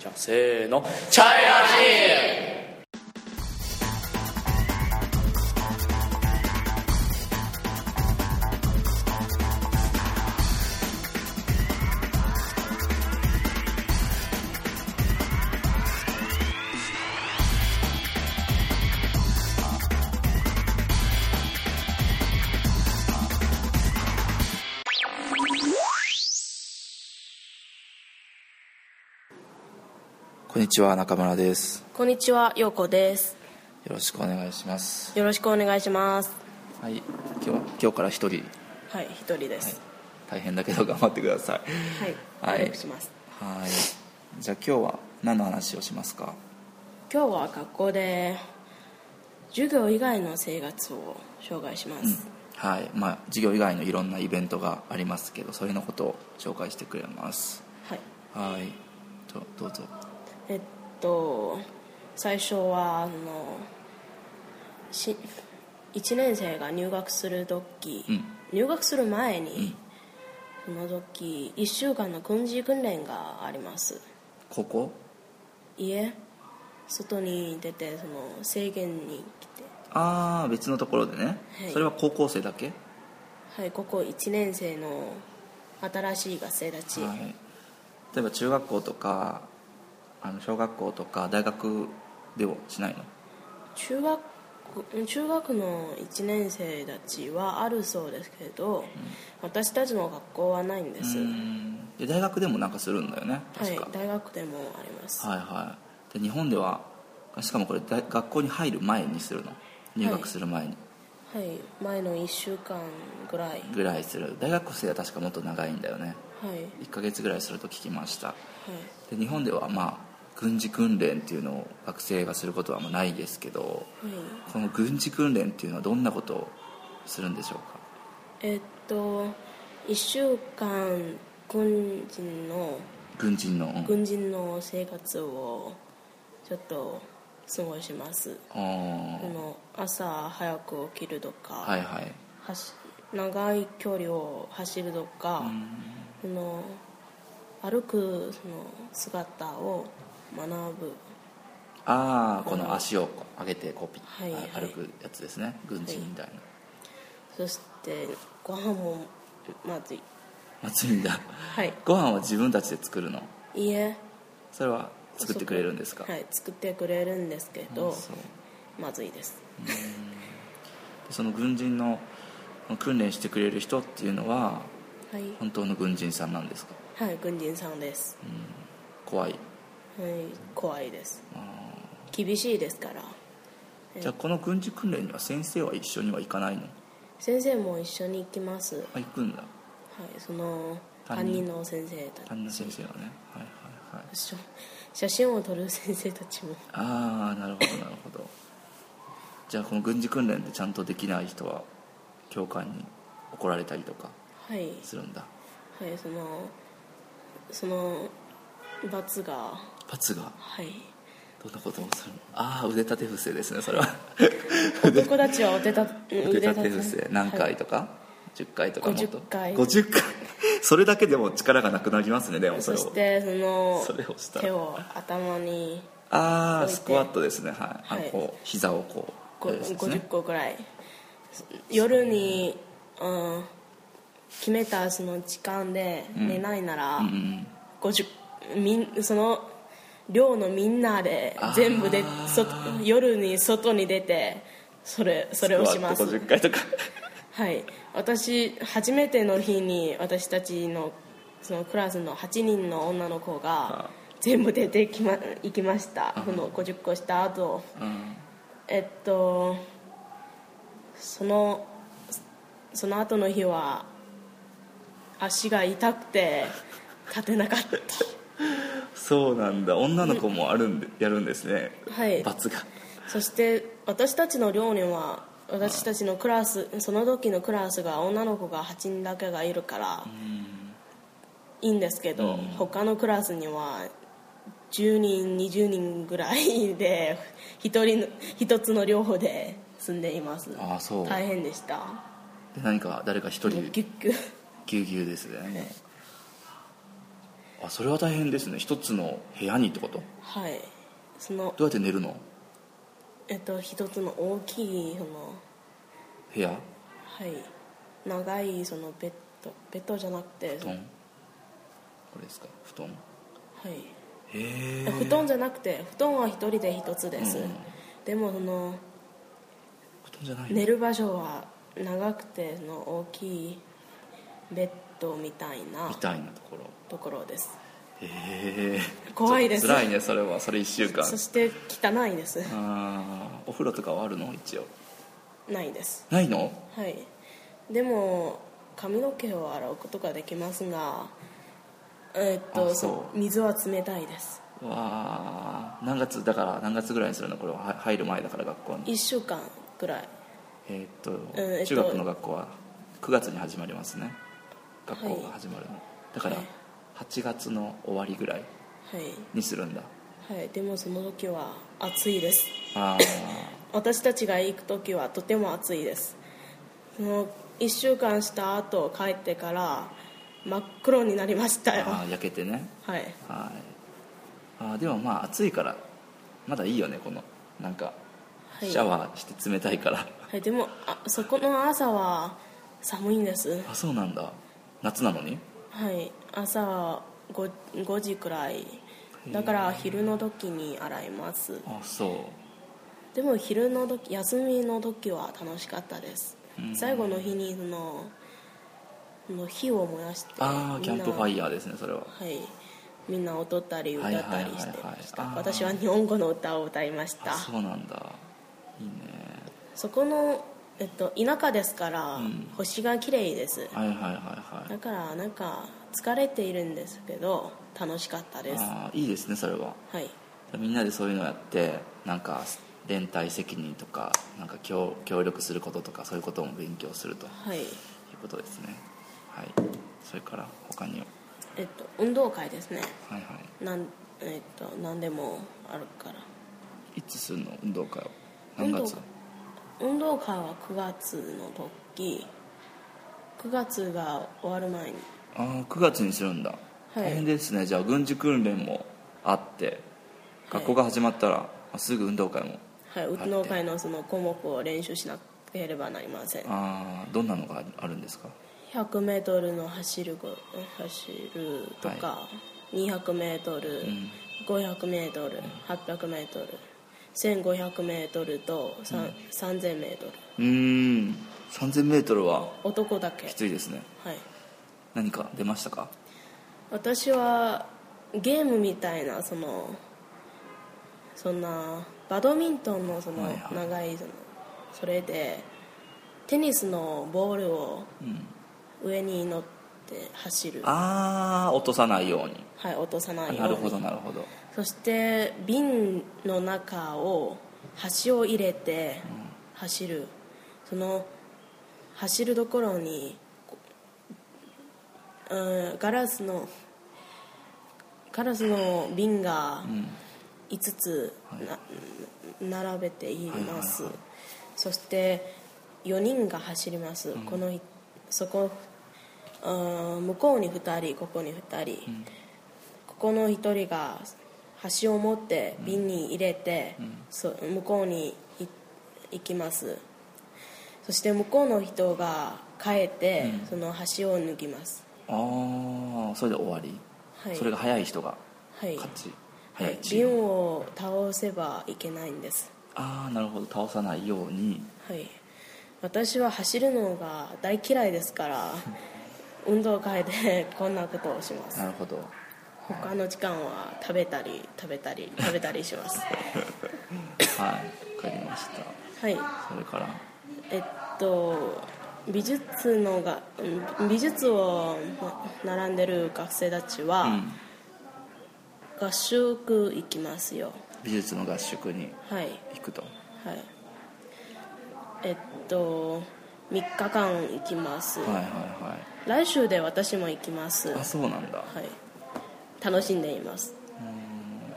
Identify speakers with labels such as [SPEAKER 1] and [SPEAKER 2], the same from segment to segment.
[SPEAKER 1] じゃあせーのチャイラ
[SPEAKER 2] こんにちは中村です
[SPEAKER 3] こんにちは、ようこです。
[SPEAKER 2] よろしくお願いします
[SPEAKER 3] よろしくお願いします。
[SPEAKER 2] はい今日は今日から一人
[SPEAKER 3] はい、一人です。
[SPEAKER 2] 大変だけど頑張ってください
[SPEAKER 3] はい、
[SPEAKER 2] はい
[SPEAKER 3] よろしくします。
[SPEAKER 2] はいじゃあ今日は何の話をしますか
[SPEAKER 3] 今日は学校で授業以外の生活を紹介します。
[SPEAKER 2] はいまあ授業以外のいろんなイベントがありますけどそれのことを紹介してくれます
[SPEAKER 3] はい。
[SPEAKER 2] はいとどうぞ
[SPEAKER 3] えっと最初はあのし1年生が入学する時、
[SPEAKER 2] うん
[SPEAKER 3] 入学する前に、その時1週間の軍事訓練があります。
[SPEAKER 2] ここ
[SPEAKER 3] 家外に出てその制限に来て
[SPEAKER 2] ああ別のところでね、
[SPEAKER 3] はい
[SPEAKER 2] それは高校生だけ
[SPEAKER 3] はいここ1年生の新しい学生たち、
[SPEAKER 2] はい、例えば中学校とかあの小学校とか大学ではしないの
[SPEAKER 3] 中学中学の1年生たちはあるそうですけど、私たちの学校はないんです、
[SPEAKER 2] うんで大学でもなんかするんだよね
[SPEAKER 3] は
[SPEAKER 2] 確
[SPEAKER 3] い
[SPEAKER 2] か、
[SPEAKER 3] 大学でもあります、
[SPEAKER 2] はいはいで日本ではしかもこれ大学校に入る前にするの入学する前に
[SPEAKER 3] はい前の1週間ぐらい、
[SPEAKER 2] ぐらいする、大学生は確かもっと長いんだよね
[SPEAKER 3] はいはい
[SPEAKER 2] 1ヶ月ぐらいすると聞きましたで日本ではまあ軍事訓練っていうのを学生がすることはもうないですけど
[SPEAKER 3] はい
[SPEAKER 2] この軍事訓練っていうのはどんなことをするんでしょうか
[SPEAKER 3] えっと1週間軍人の
[SPEAKER 2] 軍人の、うん
[SPEAKER 3] 軍人の生活をちょっと過ごします
[SPEAKER 2] あー
[SPEAKER 3] あの朝早く起きるとか、
[SPEAKER 2] はいはい
[SPEAKER 3] 走長い距離を走るとか、その歩くその姿を学ぶ
[SPEAKER 2] ああこの足をこう上げてこうピ
[SPEAKER 3] はいはい
[SPEAKER 2] あ歩くやつですね軍人みたいな、
[SPEAKER 3] そしてご飯もまずい
[SPEAKER 2] 暑いんだ
[SPEAKER 3] はい
[SPEAKER 2] ご飯は自分たちで作るの
[SPEAKER 3] 家
[SPEAKER 2] それは作ってくれるんですか、
[SPEAKER 3] はい作ってくれるんですけど、
[SPEAKER 2] そう
[SPEAKER 3] まずいです
[SPEAKER 2] その軍人の訓練してくれる人っていうのは
[SPEAKER 3] はい、
[SPEAKER 2] 本当の軍人さんなんですか
[SPEAKER 3] はい、軍人さんです、
[SPEAKER 2] 怖い
[SPEAKER 3] はい、怖いです厳しいですから
[SPEAKER 2] じゃあこの軍事訓練には先生は一緒には行かないの
[SPEAKER 3] 先生も一緒に行きます、はい、
[SPEAKER 2] あ行くんだ
[SPEAKER 3] その
[SPEAKER 2] 担
[SPEAKER 3] 担
[SPEAKER 2] 任
[SPEAKER 3] 任の先生たち
[SPEAKER 2] 担任の先生はねはいはいはい
[SPEAKER 3] 写写真を撮る先生たちも
[SPEAKER 2] ああなるほどなるほどじゃあこの軍事訓練でちゃんとできない人は教官に怒られたりとか
[SPEAKER 3] はい、
[SPEAKER 2] するんだ
[SPEAKER 3] はい、そのその罰が
[SPEAKER 2] 罰が
[SPEAKER 3] はい
[SPEAKER 2] どんなことをするのああ腕立て伏せですねそれ は
[SPEAKER 3] 男たちはお手た
[SPEAKER 2] 腕立て伏せ何回
[SPEAKER 3] と
[SPEAKER 2] とか、10回とかもっと
[SPEAKER 3] 50回
[SPEAKER 2] 50回 それだけでも力がなくなりますねでもそ
[SPEAKER 3] そ
[SPEAKER 2] れ
[SPEAKER 3] し
[SPEAKER 2] を
[SPEAKER 3] てその
[SPEAKER 2] それをした
[SPEAKER 3] 手を頭に
[SPEAKER 2] ああ
[SPEAKER 3] 置いて
[SPEAKER 2] スクワットですねはい、あの
[SPEAKER 3] はい
[SPEAKER 2] こう膝をこう
[SPEAKER 3] ご
[SPEAKER 2] やるやつですね
[SPEAKER 3] 50個ぐらい夜に、うん、決めたその時間で寝ないなら、
[SPEAKER 2] うん
[SPEAKER 3] 50みんその寮のみんなで
[SPEAKER 2] あー
[SPEAKER 3] 全部で外夜に外に出てそれそれをしま
[SPEAKER 2] スクワ
[SPEAKER 3] す
[SPEAKER 2] ット50回とか
[SPEAKER 3] はい私初めての日に私たちのそのクラスの8人の女の子
[SPEAKER 2] あ
[SPEAKER 3] が全部出てきま行きましたその50個した後
[SPEAKER 2] うん
[SPEAKER 3] えっとそのその後の日は足が痛くて立てなか った
[SPEAKER 2] そうなんだ女の子もあるんで、やるんですね、
[SPEAKER 3] はい
[SPEAKER 2] 罰が
[SPEAKER 3] そして私たちの寮には私たちのクラスその時のクラスが女の子が8人だけがいるからいいんですけど他のクラスには10人20人ぐらいで1人の1つの寮で住んでいます
[SPEAKER 2] ああそう
[SPEAKER 3] 大変でした
[SPEAKER 2] で何か誰か一
[SPEAKER 3] ギュ
[SPEAKER 2] 人
[SPEAKER 3] ッギュ
[SPEAKER 2] ぎゅうぎゅうですねあそれは大変ですね一つの部屋にってこと
[SPEAKER 3] はいその
[SPEAKER 2] どうやって寝るの
[SPEAKER 3] えっと一つの大きいその
[SPEAKER 2] 部屋
[SPEAKER 3] はい長いそのベッドベッドじゃなくて
[SPEAKER 2] 布団これですか布団
[SPEAKER 3] はい
[SPEAKER 2] へえ
[SPEAKER 3] 布団じゃなくて布団は一人で一つです、
[SPEAKER 2] うん
[SPEAKER 3] でもその
[SPEAKER 2] 布団じゃないの
[SPEAKER 3] 寝る場所は長くてその大きいベッドみたいな
[SPEAKER 2] みたいなところ
[SPEAKER 3] ところです
[SPEAKER 2] へえ
[SPEAKER 3] 怖いです
[SPEAKER 2] 辛いねそれはそれ1週間
[SPEAKER 3] そして汚いです
[SPEAKER 2] あーお風呂とかはあるの一応
[SPEAKER 3] ないです
[SPEAKER 2] ないの
[SPEAKER 3] はいでも髪の毛を洗うことができますがえっと
[SPEAKER 2] あそう
[SPEAKER 3] そ水は冷たいです
[SPEAKER 2] うわあ何月だから何月ぐらいにするのこれはは入る前だから学校に
[SPEAKER 3] 1週間くらい
[SPEAKER 2] えーっと、
[SPEAKER 3] えっと
[SPEAKER 2] 中学の学校は9月に始まりますね学校
[SPEAKER 3] は
[SPEAKER 2] が
[SPEAKER 3] い
[SPEAKER 2] 始まるの、だから
[SPEAKER 3] はい
[SPEAKER 2] 8月の終わりぐらい
[SPEAKER 3] はい
[SPEAKER 2] にするんだ
[SPEAKER 3] はい、でもその時は暑いです
[SPEAKER 2] ああ
[SPEAKER 3] 私たちが行く時はとても暑いですその1週間した後帰ってから真っ黒になりましたよ
[SPEAKER 2] あー焼けてね
[SPEAKER 3] はい
[SPEAKER 2] はいあーでもまあ暑いからまだいいよねこのなんか
[SPEAKER 3] はい
[SPEAKER 2] シャワーして冷たいから、
[SPEAKER 3] はい、でもあそこの朝は寒いんです
[SPEAKER 2] あそうなんだ夏なのに
[SPEAKER 3] はい朝 5, 5時くらいだから昼の時に洗います
[SPEAKER 2] あそ
[SPEAKER 3] でも昼の時休みの時は楽しかったです、
[SPEAKER 2] うん
[SPEAKER 3] 最後の日にそのその火を燃やして
[SPEAKER 2] うああキャンプファ
[SPEAKER 3] イ
[SPEAKER 2] イヤーですねそれは
[SPEAKER 3] はいみんな踊ったり歌ったりして
[SPEAKER 2] はいはいはいは
[SPEAKER 3] ま
[SPEAKER 2] い
[SPEAKER 3] し
[SPEAKER 2] あ
[SPEAKER 3] た
[SPEAKER 2] ー
[SPEAKER 3] 私は日本語の歌を歌いました
[SPEAKER 2] あ
[SPEAKER 3] そ
[SPEAKER 2] そうなんだいいね
[SPEAKER 3] この、えっと、田舎ですから、
[SPEAKER 2] ん
[SPEAKER 3] 星が綺麗です
[SPEAKER 2] はいはいはいはい
[SPEAKER 3] だからなんか疲れているんですけど楽しかったですは
[SPEAKER 2] ああいいですねそれはいみんなでそういうのやってなんか連帯責任とかなんか協協力することとかそういうことも勉強するとい
[SPEAKER 3] はいう
[SPEAKER 2] ことですねはいそれから他には
[SPEAKER 3] えっと運動会ですね
[SPEAKER 2] はいは
[SPEAKER 3] なんえっと何でもあるから
[SPEAKER 2] いいつするの運動会を何
[SPEAKER 3] 運動
[SPEAKER 2] 月
[SPEAKER 3] 運動会は9月の時9月が終わる前に
[SPEAKER 2] ああ9月にするんだ、
[SPEAKER 3] い
[SPEAKER 2] 大変ですねじゃあ軍事訓練もあって学校が始まったら、あすぐ運動会も
[SPEAKER 3] はい運動会のその項目を練習しなければなりません
[SPEAKER 2] ああどんなのがあるんですか
[SPEAKER 3] 100m の走るご走るとか、200m、500m、800m、1500m とさん 3000m
[SPEAKER 2] うーん 3000m は
[SPEAKER 3] 男だけ
[SPEAKER 2] きついですね
[SPEAKER 3] はい
[SPEAKER 2] 何か出ましたか
[SPEAKER 3] 私はゲームみたいなそのそんなバドミントンのその
[SPEAKER 2] はいはい
[SPEAKER 3] 長いそのそれでテニスのボールを
[SPEAKER 2] うん
[SPEAKER 3] 上に乗って走るは
[SPEAKER 2] ああ落とさないように
[SPEAKER 3] い落とさないように
[SPEAKER 2] なるほどなるほど
[SPEAKER 3] そして瓶の中を端を入れて走る、その走るところにこうんガラスのガラスの瓶が5つな、並べています、
[SPEAKER 2] はいはいはい
[SPEAKER 3] そして4人が走ります、このいそこうん向こうに2人ここに2人、ここの一人が端を持って瓶に入れて、そう向こうにい行きますそして向こうの人が帰って、その端を抜きます
[SPEAKER 2] ああそれで終わり、
[SPEAKER 3] はい
[SPEAKER 2] それが早い人が
[SPEAKER 3] はい、
[SPEAKER 2] 勝ち、
[SPEAKER 3] は
[SPEAKER 2] 早
[SPEAKER 3] い
[SPEAKER 2] い、チー
[SPEAKER 3] 瓶
[SPEAKER 2] ム
[SPEAKER 3] を倒せばいけないんです
[SPEAKER 2] ああなるほど倒さないように
[SPEAKER 3] はい私は走るのが大嫌いですから 運動会でこんなことをします
[SPEAKER 2] なるほど
[SPEAKER 3] 他の時間は食べたり食べたり食べたりします
[SPEAKER 2] はいわかりました
[SPEAKER 3] はい
[SPEAKER 2] それから
[SPEAKER 3] えっと美術のがうん美術をま並んでる学生たち
[SPEAKER 2] う
[SPEAKER 3] は
[SPEAKER 2] ん
[SPEAKER 3] 合宿行きますよ、
[SPEAKER 2] 美術の合宿に
[SPEAKER 3] はい
[SPEAKER 2] 行くと
[SPEAKER 3] はいえっと3日間行きます、
[SPEAKER 2] はいはいは
[SPEAKER 3] 来週で私も行きます
[SPEAKER 2] いあそうなんだ
[SPEAKER 3] はい楽しんでいます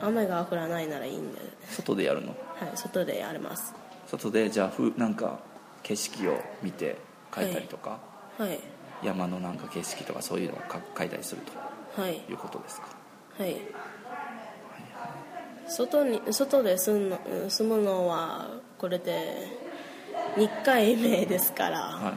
[SPEAKER 3] 雨が降らないならいいんで、
[SPEAKER 2] 外でやるの
[SPEAKER 3] はい、外でやれます
[SPEAKER 2] 外でじゃあふなんか景色を見て描いたりとか、
[SPEAKER 3] はい
[SPEAKER 2] 山のなんか景色とかそういうのをか描いたりすると
[SPEAKER 3] はい
[SPEAKER 2] いうことですか
[SPEAKER 3] はい外に外で住んのうん住むのはこれで2回目ですから、
[SPEAKER 2] はい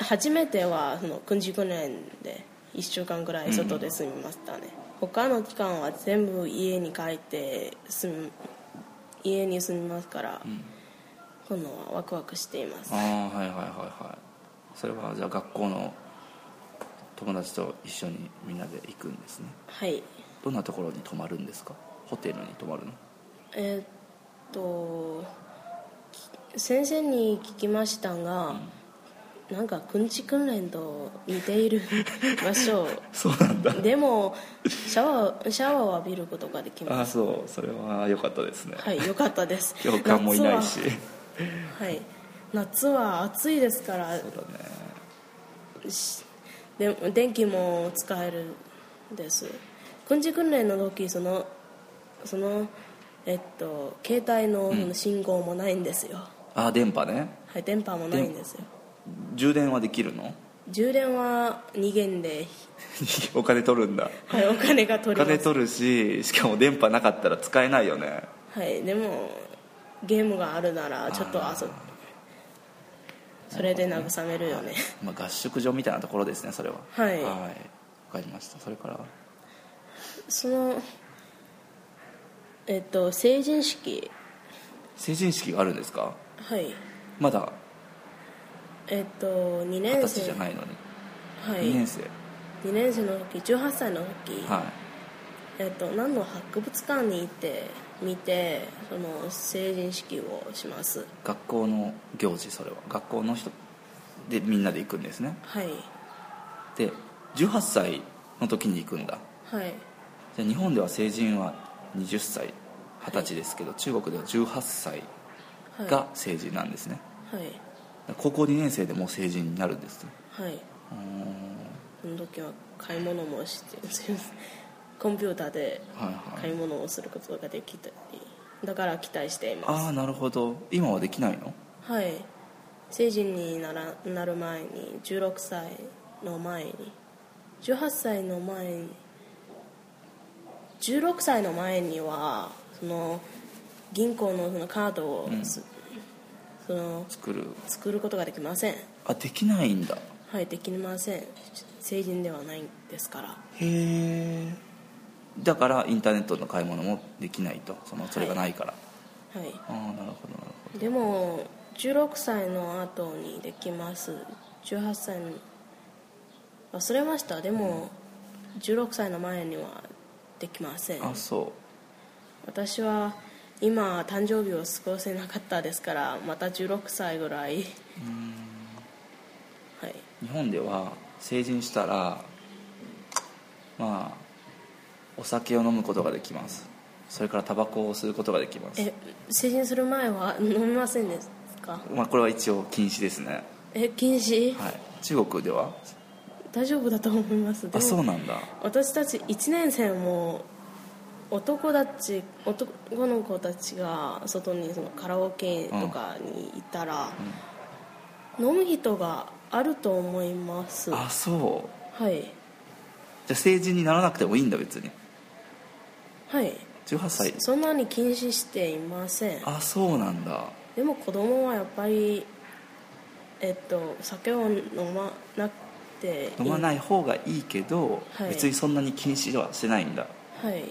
[SPEAKER 3] 初めてはその軍事訓練で1週間ぐらい外で住みましたね、他の期間は全部家に帰って住み家に住みますから、今度はワクワクしています
[SPEAKER 2] ああはいはいはいはいそれはじゃあ学校の友達と一緒にみんなで行くんですね
[SPEAKER 3] はい
[SPEAKER 2] どんなところに泊まるんですかホテルに泊まるの
[SPEAKER 3] えーっとき先生に聞きましたが、なんか軍事訓練と似ている場所
[SPEAKER 2] そうなんだ
[SPEAKER 3] でもシャワーシャワーを浴びることができ
[SPEAKER 2] あ
[SPEAKER 3] ま
[SPEAKER 2] あ
[SPEAKER 3] す
[SPEAKER 2] そうそれは良かったですね、
[SPEAKER 3] はい良かったです
[SPEAKER 2] 教官もいないし
[SPEAKER 3] 夏ははい夏は暑いですから
[SPEAKER 2] そうだね
[SPEAKER 3] しで電気も使えるんです軍事訓練の時そのそのえっと携帯のその信号もないんですよ、
[SPEAKER 2] ああ電波ね
[SPEAKER 3] はい電波もないんですよ
[SPEAKER 2] 充電はできるの
[SPEAKER 3] 充電は2元で、
[SPEAKER 2] お金取るんだ
[SPEAKER 3] はい、お金が
[SPEAKER 2] お
[SPEAKER 3] 取れま
[SPEAKER 2] 金
[SPEAKER 3] す
[SPEAKER 2] 取るししかも電波なかったら使えないよね
[SPEAKER 3] はいでもゲームがあるならちょっと遊ぶそれで慰めるよね
[SPEAKER 2] まあ、合宿所みたいなところですねそれは
[SPEAKER 3] はい
[SPEAKER 2] わかりましたそれから
[SPEAKER 3] そのえっと成人式
[SPEAKER 2] 成人式があるんですか
[SPEAKER 3] はい
[SPEAKER 2] まだ
[SPEAKER 3] えっと2
[SPEAKER 2] 二
[SPEAKER 3] 年生
[SPEAKER 2] 十歳じゃないのに、
[SPEAKER 3] は
[SPEAKER 2] 2
[SPEAKER 3] い
[SPEAKER 2] 年生
[SPEAKER 3] 2年生の時18歳の時、
[SPEAKER 2] は
[SPEAKER 3] えっと何の博物館に行って見てその成人式をします
[SPEAKER 2] い学校の行事それは学校の人でみんなで行くんですね
[SPEAKER 3] はい
[SPEAKER 2] で18歳の時に行くんだ
[SPEAKER 3] はい
[SPEAKER 2] じゃあ日本では成人は20歳20歳ですけど、中国では18歳
[SPEAKER 3] はい
[SPEAKER 2] が成人なんですね、
[SPEAKER 3] はい
[SPEAKER 2] 高校2年生でもう成人になるんですね
[SPEAKER 3] はい、
[SPEAKER 2] うーん
[SPEAKER 3] その時は買い物もしてコンピューターで
[SPEAKER 2] はいは
[SPEAKER 3] 買
[SPEAKER 2] い
[SPEAKER 3] い物をすることができたりだから期待しています
[SPEAKER 2] ああなるほど今はできないの
[SPEAKER 3] はい成人にならなる前に16歳の前に18歳の前に16歳の前にはその銀行のそのカードをす、その
[SPEAKER 2] 作る
[SPEAKER 3] 作ることができません
[SPEAKER 2] あできないんだへ
[SPEAKER 3] はいできません成人ではないんですから
[SPEAKER 2] えだからインターネットの買い物もできないとそのそれがないから、
[SPEAKER 3] はい
[SPEAKER 2] ああなるほどなるほ
[SPEAKER 3] でも16歳の後にできます18歳の忘れましたでも16歳の前にはできません
[SPEAKER 2] どあそ
[SPEAKER 3] 私は今誕生日を過ごせなかったですからまた16歳ぐらいはいう
[SPEAKER 2] 日本では成人したらまあお酒を飲むことができますそれからタバコを吸うことができます
[SPEAKER 3] え成人する前は飲みませんですか
[SPEAKER 2] まあこれは一応禁止ですね、
[SPEAKER 3] え禁止、
[SPEAKER 2] はい、中国では
[SPEAKER 3] 大丈夫だと思いますで
[SPEAKER 2] あ
[SPEAKER 3] も
[SPEAKER 2] そうなんだ
[SPEAKER 3] 私たち1年生も男たち男の子たちが外にそのカラオケとかにいたら、飲む人があると思いますは
[SPEAKER 2] あそう
[SPEAKER 3] い
[SPEAKER 2] じゃあ成人にならなくてもいいんだ別に
[SPEAKER 3] はい
[SPEAKER 2] 18歳
[SPEAKER 3] そんなに禁止していません
[SPEAKER 2] あそうなんだ
[SPEAKER 3] でも子供はやっぱりえっと酒を飲まなくて
[SPEAKER 2] 飲まないい方がいいけど、
[SPEAKER 3] はい
[SPEAKER 2] 別にそんなに禁止はしてないんだ
[SPEAKER 3] はい
[SPEAKER 2] へ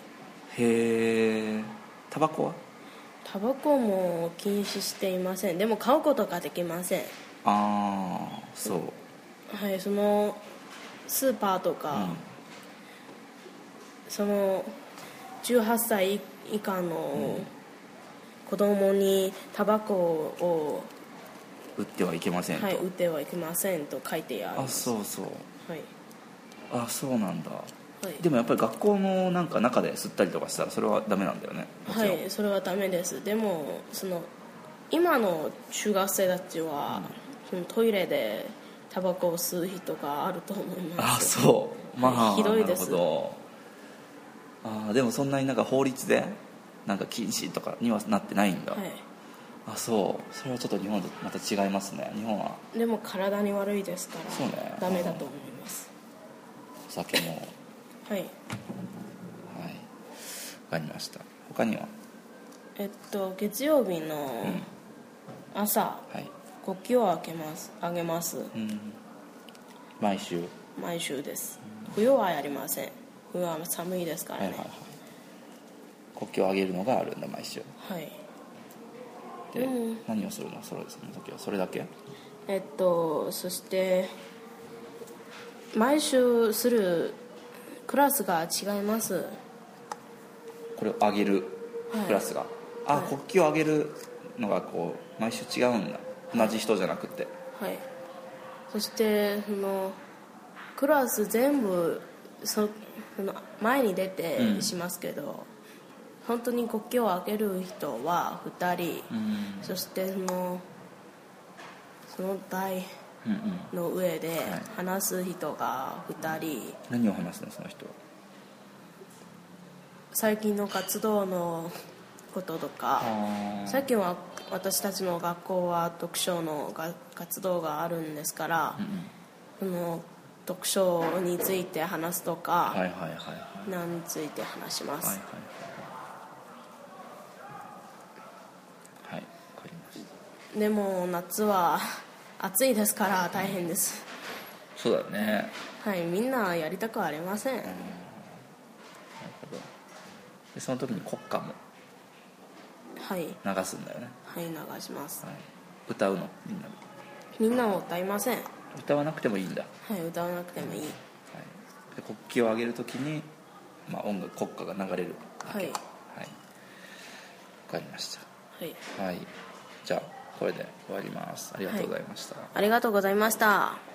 [SPEAKER 2] えタバコは
[SPEAKER 3] タバコも禁止していませんでも買うことができません
[SPEAKER 2] ああそう、
[SPEAKER 3] はいそのスーパーと
[SPEAKER 2] う
[SPEAKER 3] か、
[SPEAKER 2] ん
[SPEAKER 3] その18歳以下の子供にタバコを、
[SPEAKER 2] 売ってはいけませんと、
[SPEAKER 3] はい、打ってはいけませんと書いてある
[SPEAKER 2] あそうそう
[SPEAKER 3] はい
[SPEAKER 2] あそうなんだ
[SPEAKER 3] はい
[SPEAKER 2] でもやっぱり学校のなんか中で吸ったりとかしたらそれはダメなんだよねもち
[SPEAKER 3] は
[SPEAKER 2] ろん、
[SPEAKER 3] い、それはダメですでもその今の中学生たちは、そのトイレでタバコを吸う人があると思いま
[SPEAKER 2] あ
[SPEAKER 3] す
[SPEAKER 2] そうまあ、
[SPEAKER 3] はいひどいです
[SPEAKER 2] なるほどあーでもそんなになんか法律でなんか禁止とかにはなってないんだ、
[SPEAKER 3] はい、
[SPEAKER 2] あそうそれはちょっと日本とまた違いますね日本は
[SPEAKER 3] でも体に悪いですか
[SPEAKER 2] そうね
[SPEAKER 3] らダメだと思います
[SPEAKER 2] お酒も
[SPEAKER 3] はい
[SPEAKER 2] かりました他には
[SPEAKER 3] えっと月曜日の朝、
[SPEAKER 2] はい、
[SPEAKER 3] 国旗をあげますあげます
[SPEAKER 2] うん、毎週は
[SPEAKER 3] 毎週です冬はやりません冬は寒いですか
[SPEAKER 2] い
[SPEAKER 3] ら
[SPEAKER 2] はい
[SPEAKER 3] ね
[SPEAKER 2] はい国旗を上げるのがあるんだ毎週
[SPEAKER 3] はい、
[SPEAKER 2] で、
[SPEAKER 3] うん
[SPEAKER 2] 何をするのそれその時はそれだけ
[SPEAKER 3] えっとそして毎週するクラスが違います
[SPEAKER 2] これを上げる
[SPEAKER 3] はい
[SPEAKER 2] クラスが、あ、
[SPEAKER 3] はい
[SPEAKER 2] 国旗を上げるのがこう毎週違うんだ同じ人じゃなくて
[SPEAKER 3] はいそしてそのクラス全部そその前に出
[SPEAKER 2] う
[SPEAKER 3] て
[SPEAKER 2] ん
[SPEAKER 3] しますけど、本当に国旗をあげる人は2人、
[SPEAKER 2] うん
[SPEAKER 3] そしてそのその台
[SPEAKER 2] うんうん
[SPEAKER 3] の上で
[SPEAKER 2] い
[SPEAKER 3] 話す人が2人、
[SPEAKER 2] 何を話すのその人は
[SPEAKER 3] 最近の活動のこととか
[SPEAKER 2] あ
[SPEAKER 3] 最近は私たちの学校は読書のが活動があるんですから、その読書について話すと
[SPEAKER 2] はいは
[SPEAKER 3] か、
[SPEAKER 2] いはいはいはい
[SPEAKER 3] 何について話しま
[SPEAKER 2] はい
[SPEAKER 3] す、
[SPEAKER 2] はいはいわかりました
[SPEAKER 3] でも夏は 暑いですから大変です、
[SPEAKER 2] そうだねなる
[SPEAKER 3] はいみんなやりたくはありません、
[SPEAKER 2] ほどでその時に国歌も
[SPEAKER 3] はい
[SPEAKER 2] 流すんだよね、
[SPEAKER 3] はい流します
[SPEAKER 2] はい、歌うのみんなで
[SPEAKER 3] みんなも歌いません
[SPEAKER 2] 歌わなくてもいいんだ、は
[SPEAKER 3] はい歌わなくてもいい
[SPEAKER 2] い、で国旗を上げる時に、まあ、音楽国歌が流れる
[SPEAKER 3] はい
[SPEAKER 2] はい、わかりまし
[SPEAKER 3] はい
[SPEAKER 2] た。はい、じゃあこれで終わります。ありがとうございました。
[SPEAKER 3] ありがとうございました